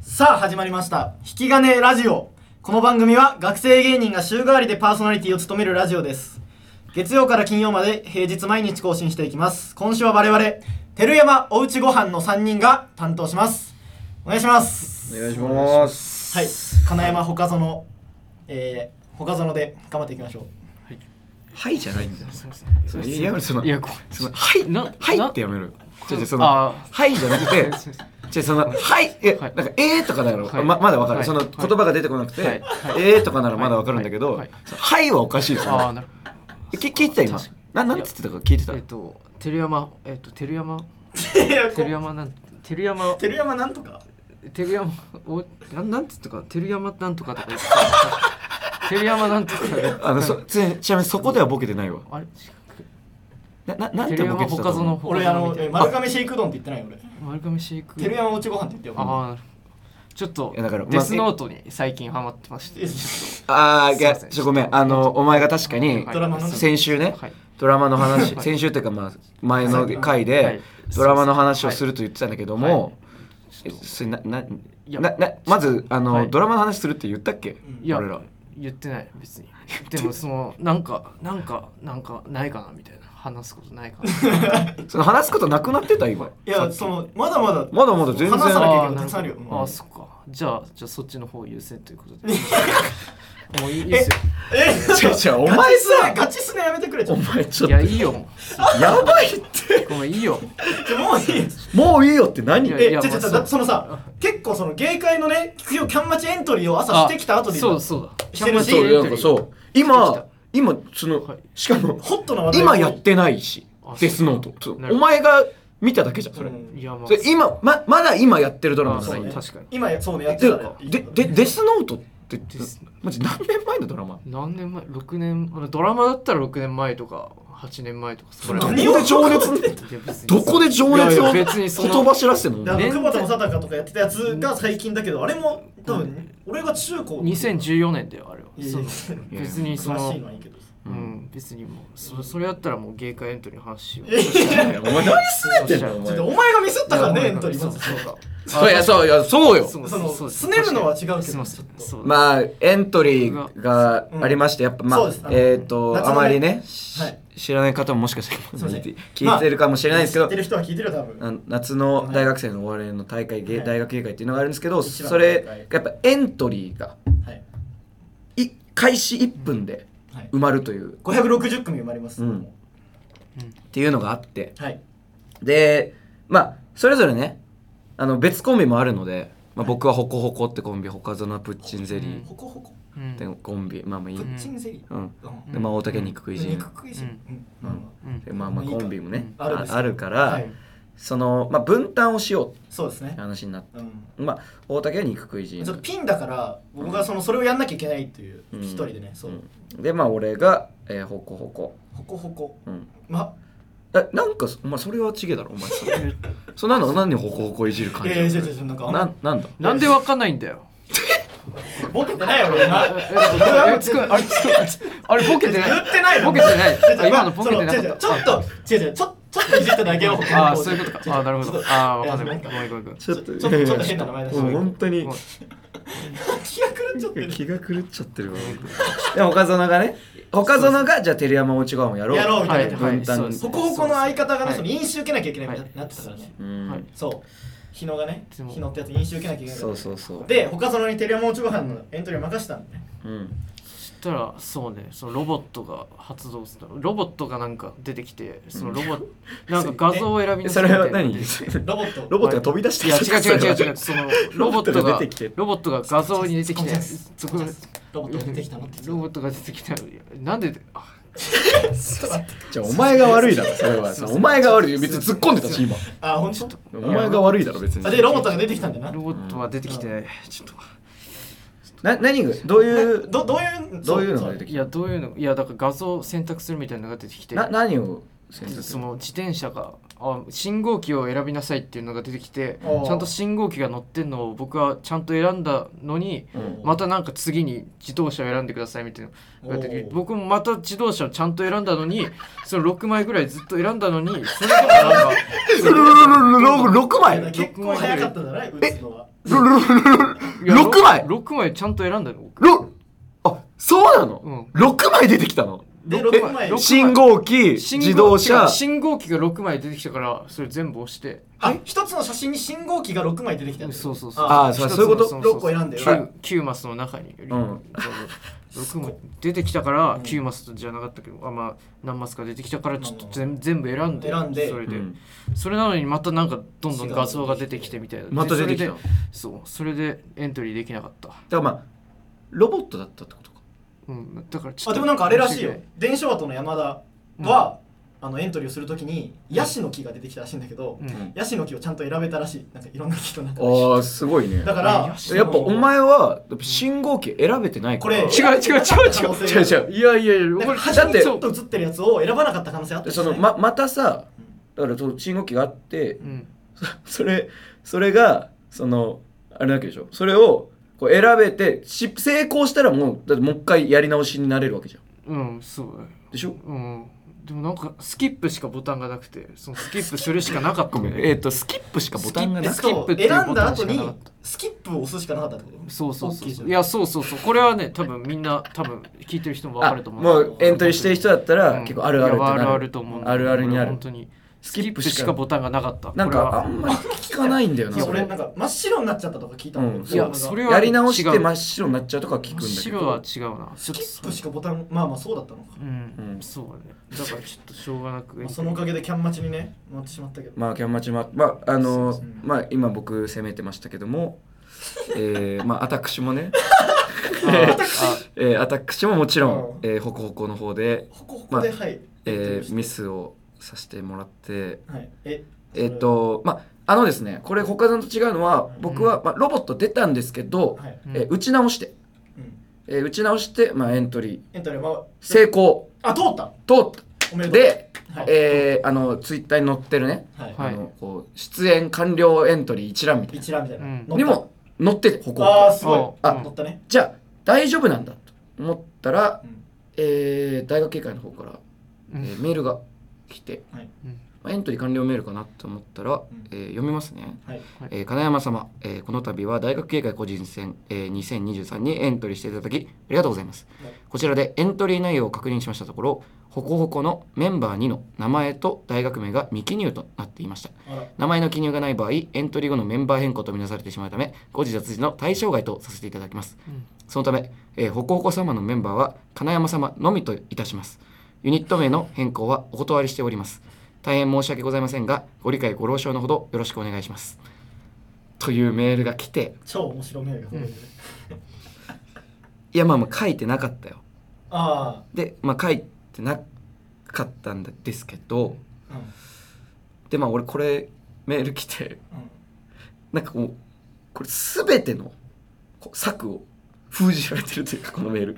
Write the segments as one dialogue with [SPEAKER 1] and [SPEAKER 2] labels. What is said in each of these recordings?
[SPEAKER 1] さあ始まりました「引き金ラジオ」この番組は学生芸人が週替わりでパーソナリティを務めるラジオです月曜から金曜まで平日毎日更新していきます今週は我々照山おうちご飯の3人が担当しますお願いします
[SPEAKER 2] お願いします
[SPEAKER 1] はい金山ほかぞのえー、ほかぞので頑張っていきましょう
[SPEAKER 2] はいじゃないんだよ
[SPEAKER 3] すいませ
[SPEAKER 2] その
[SPEAKER 3] ん
[SPEAKER 2] いやその
[SPEAKER 3] いやこ
[SPEAKER 2] そ のはい
[SPEAKER 3] な
[SPEAKER 2] はい
[SPEAKER 3] な
[SPEAKER 2] ってやめるじゃその
[SPEAKER 3] あー
[SPEAKER 2] はいじゃなくて
[SPEAKER 3] すいません
[SPEAKER 2] じゃそのはいえ
[SPEAKER 3] は
[SPEAKER 2] なん
[SPEAKER 3] い
[SPEAKER 2] かえーとかだろ
[SPEAKER 3] はい
[SPEAKER 2] ままだわかる
[SPEAKER 3] はい
[SPEAKER 2] その言葉が出てこなく
[SPEAKER 3] は
[SPEAKER 2] て
[SPEAKER 3] いはい
[SPEAKER 2] えーとかならまだわかるんだけど
[SPEAKER 3] はいはい
[SPEAKER 2] そのはいはおかしいです
[SPEAKER 3] ああ
[SPEAKER 2] よね
[SPEAKER 3] なるほ ど
[SPEAKER 2] えき聞いてた今
[SPEAKER 3] 確かに
[SPEAKER 2] ななんつってたか聞いてた
[SPEAKER 3] えっと照山えっと照山照山なん照山
[SPEAKER 1] 照山なんとか
[SPEAKER 3] 照山おなんなんつったか照山なんとかとか言ってた照山なんとか
[SPEAKER 2] あのそつちなみにそこではボケてないわ
[SPEAKER 3] あれ
[SPEAKER 2] なななんて
[SPEAKER 3] 照
[SPEAKER 2] ボケて
[SPEAKER 3] 山
[SPEAKER 2] た
[SPEAKER 3] ほ
[SPEAKER 2] と
[SPEAKER 3] かぞの
[SPEAKER 2] 思う
[SPEAKER 3] ほ
[SPEAKER 1] 俺あのえー丸亀シェイク丼って言ってない俺
[SPEAKER 3] 丸亀シェイク
[SPEAKER 1] 照山おうちご飯って言ってよ
[SPEAKER 3] ああなるほどちょっと
[SPEAKER 2] いやだからまあ
[SPEAKER 3] デスノートに最近ハマってまして
[SPEAKER 2] あーいや
[SPEAKER 3] すいません
[SPEAKER 2] ちょごめんあのお前が確かに
[SPEAKER 3] はい
[SPEAKER 1] ドラマの
[SPEAKER 2] 先週ね
[SPEAKER 3] はい
[SPEAKER 2] ドラマの話
[SPEAKER 3] はい
[SPEAKER 2] 先週というかまあ前の回
[SPEAKER 3] は
[SPEAKER 2] で
[SPEAKER 3] い
[SPEAKER 2] ドラマの話をすると言ってたんだけどもえ
[SPEAKER 3] ちょっと
[SPEAKER 2] それなない
[SPEAKER 3] や
[SPEAKER 2] ななまずあ
[SPEAKER 3] は
[SPEAKER 2] の
[SPEAKER 3] い
[SPEAKER 2] ドラマの話するって言ったっけ
[SPEAKER 1] ん
[SPEAKER 3] いや
[SPEAKER 2] 俺ら
[SPEAKER 3] 言ってない別にでもそのなんかなんかなんかないかなみたいな話すことないかな
[SPEAKER 2] その話すことなくなってた今
[SPEAKER 1] いやそのまだまだ
[SPEAKER 2] まだまだ全然
[SPEAKER 1] 話さなきゃいけないこと
[SPEAKER 3] あ
[SPEAKER 1] た
[SPEAKER 3] ー
[SPEAKER 1] くさんあるよ
[SPEAKER 3] な
[SPEAKER 1] う
[SPEAKER 3] ほ
[SPEAKER 1] ん
[SPEAKER 3] どあーそっかじゃあじゃあそっちの方優先ということ でもういいいいっす
[SPEAKER 1] え
[SPEAKER 2] 違う違うお
[SPEAKER 1] お
[SPEAKER 2] 前
[SPEAKER 1] 前す
[SPEAKER 2] さ
[SPEAKER 1] ねガチすねやめてくれちょ
[SPEAKER 2] お
[SPEAKER 1] っ
[SPEAKER 2] 前ちょ
[SPEAKER 3] よ
[SPEAKER 2] っ
[SPEAKER 3] いやいいよも
[SPEAKER 2] とやばいって
[SPEAKER 3] うごめんいいよ
[SPEAKER 1] ともういい
[SPEAKER 2] もういいよって何
[SPEAKER 3] いや
[SPEAKER 1] え、
[SPEAKER 3] い
[SPEAKER 1] 違う違う
[SPEAKER 3] まあ
[SPEAKER 1] 違う
[SPEAKER 3] そう
[SPEAKER 1] だってそのさ結構その芸会のね今日キャンマチエントリーを朝してきた後で
[SPEAKER 3] そうそうだ
[SPEAKER 1] してるし
[SPEAKER 2] そうなんか
[SPEAKER 3] う
[SPEAKER 2] そう
[SPEAKER 3] 来
[SPEAKER 2] 今
[SPEAKER 3] た
[SPEAKER 2] 今そ
[SPEAKER 3] は
[SPEAKER 2] の
[SPEAKER 3] い
[SPEAKER 2] しかも
[SPEAKER 1] ホットな話題を
[SPEAKER 2] 今やってないし
[SPEAKER 3] あ
[SPEAKER 2] デスノートそう
[SPEAKER 3] なる
[SPEAKER 2] お
[SPEAKER 3] ほど
[SPEAKER 2] 前が見ただけじゃんそれ
[SPEAKER 1] うん
[SPEAKER 3] いやまあ
[SPEAKER 2] それ今ままだ今やってるドラマじゃ
[SPEAKER 3] そ
[SPEAKER 2] な
[SPEAKER 3] う
[SPEAKER 2] い
[SPEAKER 3] ね確かに
[SPEAKER 1] 今そうねやって
[SPEAKER 2] で
[SPEAKER 1] たね
[SPEAKER 2] ででデスノートって
[SPEAKER 3] デス
[SPEAKER 2] マジ何年前のドラマ
[SPEAKER 3] 何年前6年あのドラマだったら6年前とか8年前とかそれ
[SPEAKER 1] 何
[SPEAKER 2] どこで情熱
[SPEAKER 3] いや別に
[SPEAKER 2] どこで情熱
[SPEAKER 3] いや
[SPEAKER 2] を
[SPEAKER 3] いや別にその
[SPEAKER 2] 言葉知らせてん
[SPEAKER 1] であ
[SPEAKER 2] の
[SPEAKER 1] の
[SPEAKER 3] 連
[SPEAKER 1] 久
[SPEAKER 3] 載
[SPEAKER 1] 保田正孝とかやってたやつが最近だけどあれも多分俺が中高
[SPEAKER 3] 2014年だよあれはい
[SPEAKER 1] やいや
[SPEAKER 3] その
[SPEAKER 2] いや
[SPEAKER 3] 別にそ
[SPEAKER 1] 詳しい
[SPEAKER 3] の
[SPEAKER 1] のはいいけど
[SPEAKER 3] う
[SPEAKER 2] うん
[SPEAKER 3] ん別にもうそそれやったらもう芸会エントリーの話しよう
[SPEAKER 1] いやいやいや
[SPEAKER 2] お前何すねてんの
[SPEAKER 1] ちょっ
[SPEAKER 2] お前
[SPEAKER 1] とお前がミスったからねエント
[SPEAKER 3] そう
[SPEAKER 1] リー
[SPEAKER 3] そ
[SPEAKER 1] ま
[SPEAKER 3] う
[SPEAKER 1] ず
[SPEAKER 3] そう
[SPEAKER 2] そういやそういやそうよ
[SPEAKER 3] そう
[SPEAKER 1] その
[SPEAKER 3] そう
[SPEAKER 1] すねるのは違うけど
[SPEAKER 3] すいませんそう
[SPEAKER 2] まあエントリーがありましてやっぱまあ
[SPEAKER 1] そうですあの
[SPEAKER 2] えっと
[SPEAKER 1] 夏
[SPEAKER 2] あ
[SPEAKER 1] のね
[SPEAKER 2] まりね
[SPEAKER 1] はい
[SPEAKER 2] 知らない方ももしかしたら
[SPEAKER 1] すいません
[SPEAKER 2] 聞い聞いてるかもしれないですけ
[SPEAKER 1] 知
[SPEAKER 2] ど
[SPEAKER 1] ってる人は聞いてるよ多分
[SPEAKER 2] あの夏の大学生の終わりの大会芸
[SPEAKER 1] はい
[SPEAKER 2] 大学芸会っていうのがあるんですけど
[SPEAKER 1] 一番
[SPEAKER 2] それ
[SPEAKER 1] 大
[SPEAKER 2] やっぱエントリーが
[SPEAKER 1] はい
[SPEAKER 2] い開始1分で
[SPEAKER 1] はい
[SPEAKER 2] 埋まるというっ
[SPEAKER 1] 560組生まれます
[SPEAKER 2] うんていうのがあって
[SPEAKER 1] はい
[SPEAKER 2] でまあそれぞれねあの別コンビもあるので、まあ、僕はホコホコってコンビ他園プッチンゼリー
[SPEAKER 1] ほこほこ
[SPEAKER 3] うん
[SPEAKER 2] ってコンビまあまあいい、
[SPEAKER 1] プ
[SPEAKER 2] う
[SPEAKER 1] ッ
[SPEAKER 2] ん
[SPEAKER 1] チンゼリーうん
[SPEAKER 2] でまあ、大竹肉食い人、
[SPEAKER 1] 肉食いしうんまあまあ
[SPEAKER 3] うん
[SPEAKER 2] でまあまあコンビもね、
[SPEAKER 1] うん
[SPEAKER 2] あ
[SPEAKER 1] あるんですよ
[SPEAKER 2] あるから、
[SPEAKER 1] はい
[SPEAKER 2] その、まあ、分担をしようっ
[SPEAKER 1] そうですね
[SPEAKER 2] て話になって、
[SPEAKER 1] うん
[SPEAKER 2] まあ、大竹は肉食い人
[SPEAKER 1] ちょっとピンだから僕がそのそれをやんなきゃいけないっていう
[SPEAKER 2] うん
[SPEAKER 1] 一人でねそううん
[SPEAKER 2] でまあ俺が、えー、ホコホコ、
[SPEAKER 1] ほこほこ
[SPEAKER 2] うん、
[SPEAKER 1] ま
[SPEAKER 2] えなんかそお前それは違えだろお前それそんなの何でホコホコいじる感
[SPEAKER 1] い
[SPEAKER 2] じ
[SPEAKER 1] やいや違う違うなんかあんま
[SPEAKER 2] ななんだ
[SPEAKER 3] なんでわかんないんだよ。
[SPEAKER 1] ボケてないよ俺な
[SPEAKER 3] えええつくあれ つくあれボケてない。
[SPEAKER 1] 言ってないの
[SPEAKER 3] ボケてな
[SPEAKER 1] 違う
[SPEAKER 3] い
[SPEAKER 1] 違う
[SPEAKER 3] あ今
[SPEAKER 1] まあ
[SPEAKER 3] のボケてなかった
[SPEAKER 1] その違う違うちょっと違う違うちょちょっといじっただけよ
[SPEAKER 3] ああそういうこと
[SPEAKER 1] 違
[SPEAKER 3] か。ああなるほど。ああわかんない。
[SPEAKER 1] いや
[SPEAKER 3] ごめんごめんごめん。
[SPEAKER 2] ちょっと
[SPEAKER 1] ちょっとちょっと変な名前だし
[SPEAKER 2] もう本当に
[SPEAKER 3] ごめん
[SPEAKER 1] 気が狂っちゃっ てる
[SPEAKER 2] 気が狂っちゃってるわで他園がね他園がじゃあ照山おうちご飯をやろう
[SPEAKER 1] やろうみたいな
[SPEAKER 3] はい
[SPEAKER 2] 分担
[SPEAKER 3] はいそうです
[SPEAKER 1] ほこほこの相方がね
[SPEAKER 3] はい
[SPEAKER 1] その飲酒受けなきゃいけないみたい
[SPEAKER 3] はい
[SPEAKER 1] になってたからね
[SPEAKER 2] うん
[SPEAKER 3] はい
[SPEAKER 1] そう日野がね
[SPEAKER 3] でも
[SPEAKER 1] 日野ってやつ飲酒受けなきゃいけないか
[SPEAKER 2] そ
[SPEAKER 1] ら
[SPEAKER 2] うそうそう
[SPEAKER 1] で他そのにテレアモーチご飯のエントリーを任せたんでね
[SPEAKER 2] うん
[SPEAKER 3] そしたらそうねそのロボットが発動するロボットがなんか出てきてそのロボットなんか画像を選び
[SPEAKER 2] え
[SPEAKER 3] な
[SPEAKER 2] そ
[SPEAKER 3] さい
[SPEAKER 2] れは
[SPEAKER 3] みたいなの
[SPEAKER 2] 何
[SPEAKER 3] で
[SPEAKER 1] ロボット
[SPEAKER 2] ロボットが飛び出して
[SPEAKER 3] いや違う違う違う違う
[SPEAKER 2] そ
[SPEAKER 3] そのロボット
[SPEAKER 2] ロボットが
[SPEAKER 3] が
[SPEAKER 2] 出てきて
[SPEAKER 3] ロボットが画像に出てきて
[SPEAKER 1] そこですロボット出てきたのって
[SPEAKER 3] ロボットが出てきたなんであ
[SPEAKER 2] れはじゃあお前が悪いだろそれは
[SPEAKER 3] すいません
[SPEAKER 2] お前が悪いよ別に突っ込んでたし今
[SPEAKER 1] あ本当
[SPEAKER 2] お前が悪いだろ別
[SPEAKER 1] あ
[SPEAKER 2] に
[SPEAKER 1] でロボットが出てきたんだな
[SPEAKER 3] ロボットは出てきてないちょっと
[SPEAKER 2] な何がどういう
[SPEAKER 1] どどういう
[SPEAKER 2] どういうのが出
[SPEAKER 1] て
[SPEAKER 2] て
[SPEAKER 3] い
[SPEAKER 2] き
[SPEAKER 3] やどういうのいやだから画像を選択するみたいなのが出てきて
[SPEAKER 2] たな何を選択す
[SPEAKER 3] そ
[SPEAKER 2] る
[SPEAKER 3] の自転車があ信号機を選びなさいっていうのが出てきて
[SPEAKER 1] あー
[SPEAKER 3] ちゃんと信号機が乗ってんのを僕はちゃんと選んだのに
[SPEAKER 2] うん
[SPEAKER 3] またなんか次に自動車を選んでくださいみたいなのが出てきて
[SPEAKER 1] おー
[SPEAKER 3] 僕もまた自動車をちゃんと選んだ のにその6枚ぐらいずっと選んだのにそれでもなんか
[SPEAKER 2] 6枚
[SPEAKER 1] 結構早かったんだね打つのは
[SPEAKER 2] ろろろろろ6枚
[SPEAKER 3] 6枚ちゃんと選んだの僕
[SPEAKER 2] ろあそうな
[SPEAKER 3] う
[SPEAKER 2] の
[SPEAKER 3] ん
[SPEAKER 2] ?6 枚出てきたの
[SPEAKER 1] で
[SPEAKER 3] 六
[SPEAKER 1] 六枚
[SPEAKER 3] 六
[SPEAKER 2] 信号機
[SPEAKER 3] 信
[SPEAKER 2] 自動
[SPEAKER 3] 違
[SPEAKER 2] 車
[SPEAKER 3] う信号機が6枚出てきたからそれ全部押して
[SPEAKER 1] あ一つの写真に信号機が6枚出てきたんだよ
[SPEAKER 3] そうそうそう
[SPEAKER 2] あーそうそういうこと
[SPEAKER 1] 六個選んで
[SPEAKER 2] は
[SPEAKER 3] 9,
[SPEAKER 2] い
[SPEAKER 3] マスの中に、
[SPEAKER 2] ん
[SPEAKER 3] そうそう6枚出てきたから9マスじゃなかったけどあまあ何マスか出てきたからちょっと全全部選んで
[SPEAKER 1] 選んで
[SPEAKER 3] それで、
[SPEAKER 2] うん
[SPEAKER 3] それなのにまたなんかどんどん画像が出てきてみたいな
[SPEAKER 2] また出てきた
[SPEAKER 3] で
[SPEAKER 2] のだか
[SPEAKER 3] それでそうそれでエントリーできなかった、
[SPEAKER 2] らまあロボットだったってことか
[SPEAKER 3] うん、だからちょっと
[SPEAKER 1] あでもなんかあれらしいよ伝承跡の山田は、あのエントリーをするときにヤシの木が出てきたらしいんだけど、
[SPEAKER 3] うん
[SPEAKER 1] ヤシの木をちゃんと選べたらしいなんかいろんな木となんか
[SPEAKER 2] ああすごいね
[SPEAKER 1] だか
[SPEAKER 3] ヤ
[SPEAKER 1] ら
[SPEAKER 3] シ
[SPEAKER 2] やっぱお前はやっぱ信号機選べてない
[SPEAKER 1] こ
[SPEAKER 2] から
[SPEAKER 1] れ
[SPEAKER 3] 違う違う違う違う
[SPEAKER 2] 違う違ういやいやい
[SPEAKER 1] だ
[SPEAKER 2] や
[SPEAKER 1] から
[SPEAKER 2] だっ
[SPEAKER 1] 端に
[SPEAKER 2] て
[SPEAKER 1] ちょっと映ってるやつを選ばなかった可能性あった
[SPEAKER 2] そのままたさだからその信号機があって
[SPEAKER 3] うん、
[SPEAKER 2] それそれがそのあれなわけでしょそれをこう選べてし成功したらもうだってもう一回やり直しになれるわけじゃん
[SPEAKER 3] うん、そうだよ
[SPEAKER 2] でしょ
[SPEAKER 3] うんでもなんかスキップしかボタンがなくてそのスキップするしかなかったの
[SPEAKER 2] えっ、とスキップしかボタンがな
[SPEAKER 3] ス
[SPEAKER 2] く
[SPEAKER 3] キップっていう
[SPEAKER 1] 選んだ後
[SPEAKER 3] ボタンしかな
[SPEAKER 1] に
[SPEAKER 3] かった
[SPEAKER 1] スキップを押すしかなかったってこと
[SPEAKER 3] そうそう
[SPEAKER 1] 大
[SPEAKER 3] そ
[SPEAKER 1] きいじゃ
[SPEAKER 3] うんいやそうそうそうこれはね多分みんな多分聞いてる人も分かると思う
[SPEAKER 2] もうエントリーしてる人だったら、
[SPEAKER 3] うん
[SPEAKER 2] 結構あるあるって
[SPEAKER 3] いや
[SPEAKER 2] な
[SPEAKER 3] あ
[SPEAKER 2] る
[SPEAKER 3] るあると思うんだ
[SPEAKER 2] あるあるにあ
[SPEAKER 3] 俺は
[SPEAKER 2] る
[SPEAKER 3] 本当に
[SPEAKER 2] ス
[SPEAKER 3] ス
[SPEAKER 2] キ
[SPEAKER 3] キ
[SPEAKER 2] ッ
[SPEAKER 3] ッ
[SPEAKER 2] プ
[SPEAKER 3] プ
[SPEAKER 2] しか
[SPEAKER 3] しかボタンがなかった
[SPEAKER 2] なん
[SPEAKER 3] これ
[SPEAKER 2] か
[SPEAKER 3] は
[SPEAKER 2] あんまり聞かないんだよない
[SPEAKER 1] や
[SPEAKER 2] それ
[SPEAKER 1] 俺なんか真っ白になっちゃったとか聞いた
[SPEAKER 2] うん
[SPEAKER 1] の
[SPEAKER 2] そ
[SPEAKER 3] いやそれは
[SPEAKER 2] やり直して
[SPEAKER 3] 違う
[SPEAKER 2] 真っ白になっちゃうとかは聞くんだけど
[SPEAKER 3] 白は違うな
[SPEAKER 1] スキップしかボタンまあまあそうだったのか、
[SPEAKER 3] うん、
[SPEAKER 2] うん
[SPEAKER 3] そうだねだからちょっとしょうがなく
[SPEAKER 1] まあそのおかげでキャン待ちにね回ってしまったけど、
[SPEAKER 2] まあキャンマチままああの
[SPEAKER 1] そうですね
[SPEAKER 2] まあ今僕攻めてましたけどもえー、まあ私もね、
[SPEAKER 3] あーあ
[SPEAKER 2] えー、私ももちろん
[SPEAKER 1] うん、
[SPEAKER 2] えー、ホコホコの方で、
[SPEAKER 1] ほこほこで、はい、
[SPEAKER 2] えー、ミ
[SPEAKER 1] ス
[SPEAKER 2] スをさせてもらって
[SPEAKER 1] はいえ
[SPEAKER 2] えっ、とまああのですねこれ他さんと違うのは僕は、まあ、ロボット出たんですけど、
[SPEAKER 1] はい、
[SPEAKER 3] うん
[SPEAKER 2] えー打ち直して、
[SPEAKER 1] うん、
[SPEAKER 2] えー打ち直して、まあ、エントリー
[SPEAKER 1] エントリーは
[SPEAKER 2] 成功
[SPEAKER 1] あ通った
[SPEAKER 2] 通っ
[SPEAKER 1] おめでと
[SPEAKER 2] た
[SPEAKER 1] う
[SPEAKER 2] で、
[SPEAKER 1] はい
[SPEAKER 2] えー、あのツイッターに載ってるね、
[SPEAKER 1] はい、
[SPEAKER 3] はい
[SPEAKER 2] あのこう出演完了エントリー一覧みたい
[SPEAKER 1] 一覧みたいな、
[SPEAKER 3] うん
[SPEAKER 1] 乗
[SPEAKER 2] な
[SPEAKER 1] っ
[SPEAKER 2] に
[SPEAKER 1] た
[SPEAKER 2] も載っててホコホコ
[SPEAKER 1] ああすごい
[SPEAKER 3] あうん
[SPEAKER 1] 乗ったね、
[SPEAKER 2] じゃあ大丈夫なんだと思ったら、
[SPEAKER 1] うん
[SPEAKER 2] えー大学警戒の方から、
[SPEAKER 3] うん
[SPEAKER 2] えーメールが来て、
[SPEAKER 1] はい
[SPEAKER 3] うん
[SPEAKER 2] まあエントリー完了メールかなと思ったら、えー読みますね。
[SPEAKER 1] はい
[SPEAKER 2] えー金山様、えーこの度は大学警戒個人戦、えー2023にエントリーしていただきありがとうございます
[SPEAKER 1] はい
[SPEAKER 2] こちらでエントリー内容を確認しましたところほこほこのメンバー2の名前と大学名が未記入となっていました
[SPEAKER 1] あら
[SPEAKER 2] 名前の記入がない場合エントリー後のメンバー変更とみなされてしまうため後日雑時の対象外とさせていただきます
[SPEAKER 3] うん
[SPEAKER 2] そのため、えー、ほこほこ様のメンバーは金山様のみといたしますユニット名の変更はお断りしております大変申し訳ございませんがご理解ご了承のほどよろしくお願いしますというメールが来て
[SPEAKER 1] 超面白メールが届いてる、
[SPEAKER 2] いやまあまあ書いてなかったよ
[SPEAKER 1] あ
[SPEAKER 2] でまあ書いてなかったんですけど
[SPEAKER 1] あうん
[SPEAKER 2] でまあ俺これメール来て
[SPEAKER 1] うん
[SPEAKER 2] なんかこうこれ全てのこう策を封じられてるというかこのメール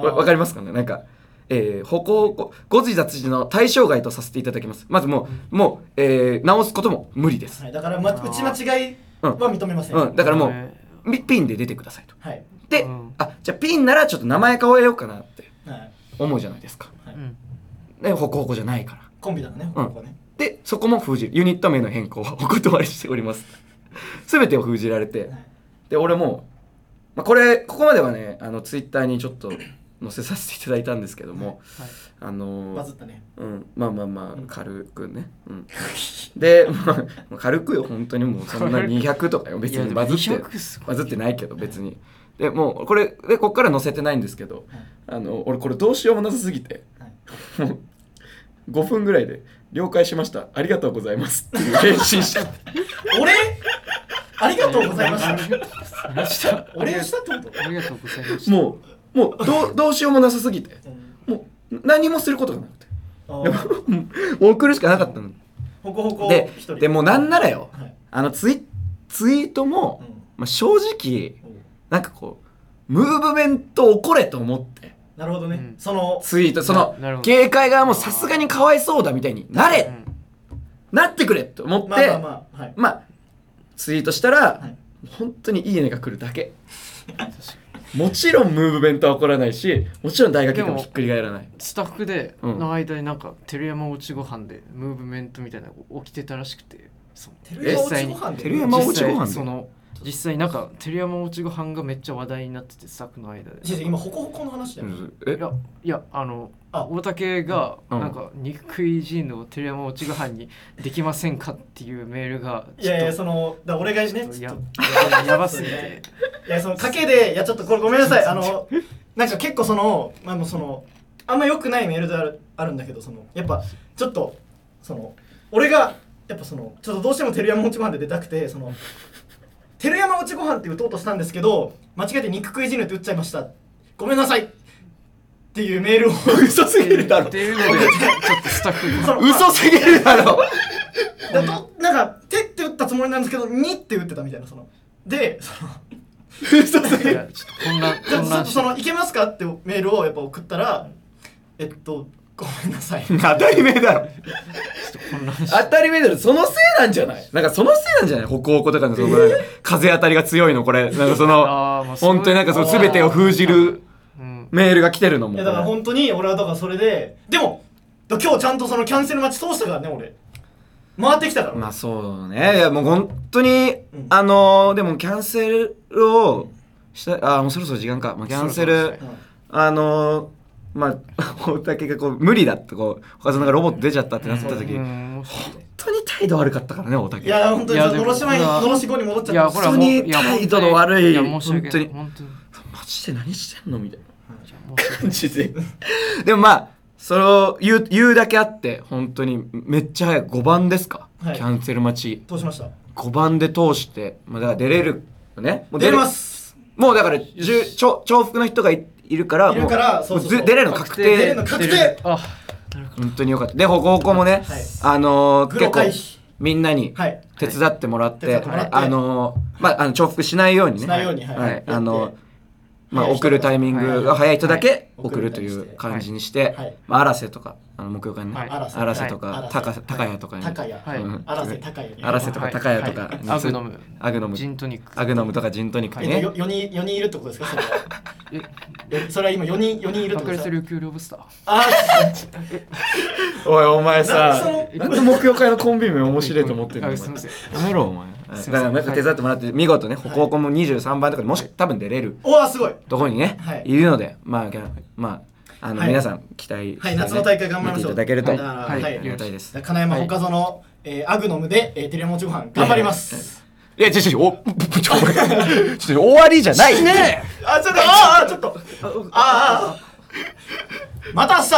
[SPEAKER 2] わわかりますかねなんか、えー、歩行こ誤字脱字の対象外とさせていただきます。まずもう、もう、えー直すことも無理です。
[SPEAKER 1] はい、だから、ま、
[SPEAKER 3] あー
[SPEAKER 1] 打ち間違いは認めません、
[SPEAKER 2] うん、だからもう、
[SPEAKER 3] ね
[SPEAKER 2] みピンで出てくださいと。
[SPEAKER 1] はい
[SPEAKER 2] で、
[SPEAKER 3] うん
[SPEAKER 2] あ、じゃあピンならちょっと名前変えようかなって
[SPEAKER 1] はい
[SPEAKER 2] 思うじゃないですか。
[SPEAKER 3] うん
[SPEAKER 2] ね、歩行こじゃないから。
[SPEAKER 1] コンビだからね、
[SPEAKER 2] うん
[SPEAKER 1] ここはね
[SPEAKER 2] で、そこも封じる。ユニット名の変更はお断りしております。 すべてを封じられ
[SPEAKER 1] は。
[SPEAKER 2] て
[SPEAKER 1] い
[SPEAKER 2] で、俺も、まあ、これ、ここまではね、あの、ツイッターにちょっと載せさせていただいたんですけども、
[SPEAKER 3] はい
[SPEAKER 2] あのー
[SPEAKER 1] バズったね
[SPEAKER 2] うん、まあまあまあ
[SPEAKER 1] うん
[SPEAKER 2] 軽くね、うん、で、まあ、軽くよ本当にもうそんな
[SPEAKER 3] 軽く
[SPEAKER 2] 200とかよ別
[SPEAKER 3] いや
[SPEAKER 2] に
[SPEAKER 3] でも
[SPEAKER 2] バズって
[SPEAKER 3] 200すごい
[SPEAKER 2] バズってないけど別にでもうこれでこっから載せてないんですけど
[SPEAKER 1] はい
[SPEAKER 2] あの俺これどうしようもなさすぎて
[SPEAKER 1] はい
[SPEAKER 2] もう5分ぐらいで「了解しましたありがとうございます」っていう返信した
[SPEAKER 1] 俺ありがとうございました
[SPEAKER 3] あした
[SPEAKER 1] お礼したってこと
[SPEAKER 3] ありがとうございました
[SPEAKER 2] もうもうどうどうしようもなさすぎて
[SPEAKER 1] うん
[SPEAKER 2] もう何もすることがなくて
[SPEAKER 1] あー
[SPEAKER 2] もう送るしかなかったの
[SPEAKER 1] ほこほこ
[SPEAKER 2] で
[SPEAKER 1] 一人
[SPEAKER 2] でもうなんならよ
[SPEAKER 1] はい
[SPEAKER 2] あのツイツイートも、
[SPEAKER 1] うん
[SPEAKER 2] まあ、正直
[SPEAKER 1] おう
[SPEAKER 2] なんかこうムーブメント起これと思って
[SPEAKER 1] なるほどね、
[SPEAKER 3] うん
[SPEAKER 1] その
[SPEAKER 2] ツイートその
[SPEAKER 3] ななるほど
[SPEAKER 2] 警戒がもうさすがにかわいそうだみたいになれ、
[SPEAKER 3] うん
[SPEAKER 2] なってくれと思って、
[SPEAKER 1] まあまあまあはい
[SPEAKER 2] まあツイートしたら、
[SPEAKER 1] はい
[SPEAKER 2] 本当にいいねが来るだけもちろんムーブメントは起こらないしもちろん大学行もひっくり返らない
[SPEAKER 3] スタッフで
[SPEAKER 2] うん
[SPEAKER 3] の間になんか照山落ちご飯でムーブメントみたいなのが起きてたらしくてその
[SPEAKER 1] 照山落ちご飯で
[SPEAKER 2] 照山落ちご飯で
[SPEAKER 3] 実際その
[SPEAKER 2] そう
[SPEAKER 3] 実際なんか照山もちご飯がめっちゃ話題になってて作の間で
[SPEAKER 1] 違う違う今ホコホコの話だ
[SPEAKER 2] う
[SPEAKER 1] よ、
[SPEAKER 2] ん
[SPEAKER 3] い
[SPEAKER 2] え
[SPEAKER 3] やいやあの
[SPEAKER 1] あ
[SPEAKER 3] 大竹が
[SPEAKER 2] うん
[SPEAKER 3] なんか肉食い人の照山もちご飯にできませんかっていうメールが
[SPEAKER 1] いやいや
[SPEAKER 3] ちょ
[SPEAKER 1] そのだ俺がね
[SPEAKER 3] っと
[SPEAKER 1] ちょっ
[SPEAKER 3] ちょっ
[SPEAKER 1] と
[SPEAKER 3] と
[SPEAKER 1] い
[SPEAKER 3] や
[SPEAKER 1] や
[SPEAKER 3] ややばすぎて
[SPEAKER 1] その賭けでいやちょっとこれごめんなさいあのなんか結構そのまあもうそのあんま良くないメールであるあるんだけどそのやっぱちょっとその俺がやっぱそのちょっとどうしても照山もちご飯で出たくてその照山もちご飯って打とうとしたんですけど間違えて肉食い人って打っちゃいましたごめんなさいっていうメールを
[SPEAKER 2] 嘘すぎるだろ
[SPEAKER 3] っていうのでちょっとスタッフ
[SPEAKER 1] その
[SPEAKER 3] が
[SPEAKER 2] 嘘すぎる だろ
[SPEAKER 1] だとなんか「手」って打ったつもりなんですけど「に」って打ってたみたいなそのでその
[SPEAKER 2] 嘘すぎ
[SPEAKER 3] い
[SPEAKER 2] る
[SPEAKER 3] やちょっと混乱
[SPEAKER 1] じゃあち
[SPEAKER 3] 混
[SPEAKER 1] ょっ
[SPEAKER 3] 乱
[SPEAKER 1] と
[SPEAKER 3] し
[SPEAKER 1] そ
[SPEAKER 3] て
[SPEAKER 1] の「いけますか?」ってメールをやっぱ送ったら「えっとごめんな さい」
[SPEAKER 2] 当たり前だろ
[SPEAKER 3] ちょっと混乱して
[SPEAKER 2] 当たり前だろそのせいなんじゃないなんかそのせいなんじゃない歩行とかのそのなんか風当たりが強いのこれなんかその
[SPEAKER 3] あーまあそういう
[SPEAKER 2] 本当になんかその全てを封じる
[SPEAKER 3] うん
[SPEAKER 2] メールが来てるのも
[SPEAKER 1] いやだから本当に俺はだからそれででも今日ちゃんとそのキャンセル待ち通したからね俺回ってきたから、
[SPEAKER 2] まあそうねいやもう本当に、
[SPEAKER 1] うん
[SPEAKER 2] あのーでもキャンセルをしたあーもうそろそろ時間か、まあ、キャンセル
[SPEAKER 3] そろそろです
[SPEAKER 1] ね
[SPEAKER 2] あのーまあ大竹がこう無理だってこう他のがロボット出ちゃったってなった時、
[SPEAKER 3] う
[SPEAKER 2] 本
[SPEAKER 3] んもし
[SPEAKER 2] 当に態度悪かったからね大竹
[SPEAKER 1] いや本当に
[SPEAKER 3] いや
[SPEAKER 1] そのの
[SPEAKER 3] でも
[SPEAKER 1] ろし前に
[SPEAKER 3] いや
[SPEAKER 1] のろし後に戻っち
[SPEAKER 3] い
[SPEAKER 1] ゃ
[SPEAKER 3] や
[SPEAKER 1] った
[SPEAKER 3] ほらもう
[SPEAKER 2] 本当に
[SPEAKER 3] いや
[SPEAKER 2] 態度の悪い
[SPEAKER 3] や申し訳ない
[SPEAKER 2] 本
[SPEAKER 3] 本当に
[SPEAKER 2] マジで何してんのみたいな
[SPEAKER 3] じゃあ申し訳ない
[SPEAKER 2] 感じででもまあそれを言う言うだけあって本当にめっちゃ早く5番ですか、
[SPEAKER 1] はい
[SPEAKER 2] キャンセル待ち
[SPEAKER 1] 通しました
[SPEAKER 2] 5番で通して、まあ、だから出れるのねもう
[SPEAKER 1] 出
[SPEAKER 2] れ
[SPEAKER 1] れます
[SPEAKER 2] もうだからじゅちょ重複の人がいいるから
[SPEAKER 1] いるから
[SPEAKER 2] もう
[SPEAKER 1] そうそうそう
[SPEAKER 2] ず出れるの確定
[SPEAKER 1] 出れるの確定
[SPEAKER 3] あなるほど
[SPEAKER 2] 本当によかったで歩行校もね、
[SPEAKER 1] はい
[SPEAKER 2] あのー
[SPEAKER 1] グロ回避
[SPEAKER 2] 結構みんなに
[SPEAKER 1] はい
[SPEAKER 2] 手伝ってもらって,、
[SPEAKER 1] はい手伝ってもらって
[SPEAKER 2] あのーまああの重複しないようにね
[SPEAKER 1] しないようにはいやって
[SPEAKER 2] あのーまあ、
[SPEAKER 1] はい
[SPEAKER 2] 送るタイミングが早い人だけ
[SPEAKER 1] はい
[SPEAKER 2] 送るという感じにして、
[SPEAKER 1] はい
[SPEAKER 2] まあ、荒瀬とかあの木曜会のね、
[SPEAKER 3] はい
[SPEAKER 2] 荒瀬とか、
[SPEAKER 1] はい
[SPEAKER 2] 高高
[SPEAKER 1] はい
[SPEAKER 2] 谷とかに、
[SPEAKER 1] 高谷
[SPEAKER 3] はい
[SPEAKER 2] うん
[SPEAKER 1] 荒瀬高谷
[SPEAKER 2] 荒瀬とか
[SPEAKER 3] はい
[SPEAKER 2] 高谷とかに、
[SPEAKER 3] はいアグノム
[SPEAKER 2] アグノム
[SPEAKER 3] ジントニック
[SPEAKER 2] アグノムとかジントニック
[SPEAKER 1] え
[SPEAKER 2] に
[SPEAKER 1] っ
[SPEAKER 2] ね、
[SPEAKER 1] とよ4人4人いるってことですか それは
[SPEAKER 3] え
[SPEAKER 1] えそれは今4人四人いるって
[SPEAKER 3] バ
[SPEAKER 1] こと
[SPEAKER 3] カリ
[SPEAKER 1] です
[SPEAKER 3] ス
[SPEAKER 1] か
[SPEAKER 3] 琉球ロブスター
[SPEAKER 1] あ
[SPEAKER 2] おいお前
[SPEAKER 1] なんで
[SPEAKER 2] さ
[SPEAKER 1] その
[SPEAKER 2] なんで木曜会のコンビ名面白いと思ってるのお
[SPEAKER 3] あ
[SPEAKER 2] 前
[SPEAKER 3] すいません
[SPEAKER 2] やめろお前
[SPEAKER 3] すいません
[SPEAKER 2] だからなんか手伝ってもらって見事ね歩行校も23番とかにもし多分出れる
[SPEAKER 1] ーおわすごい
[SPEAKER 2] ところにね
[SPEAKER 1] はい
[SPEAKER 2] いるのでまあぎゃまああの
[SPEAKER 1] はい
[SPEAKER 2] 皆さん期待して
[SPEAKER 1] はい
[SPEAKER 2] ね
[SPEAKER 1] 夏の大会頑張りま
[SPEAKER 2] 見てい
[SPEAKER 1] しょう
[SPEAKER 2] ただけると
[SPEAKER 1] は
[SPEAKER 2] はいい
[SPEAKER 1] はい
[SPEAKER 2] ありがたいです
[SPEAKER 1] 金山ほかぞの、えーアグノムで、えー、テレモチご飯頑張ります、
[SPEAKER 2] いやちょちょおちょお前ちょ終わりじゃないね
[SPEAKER 1] あちょっとあーあーちょっとあーあーまた明日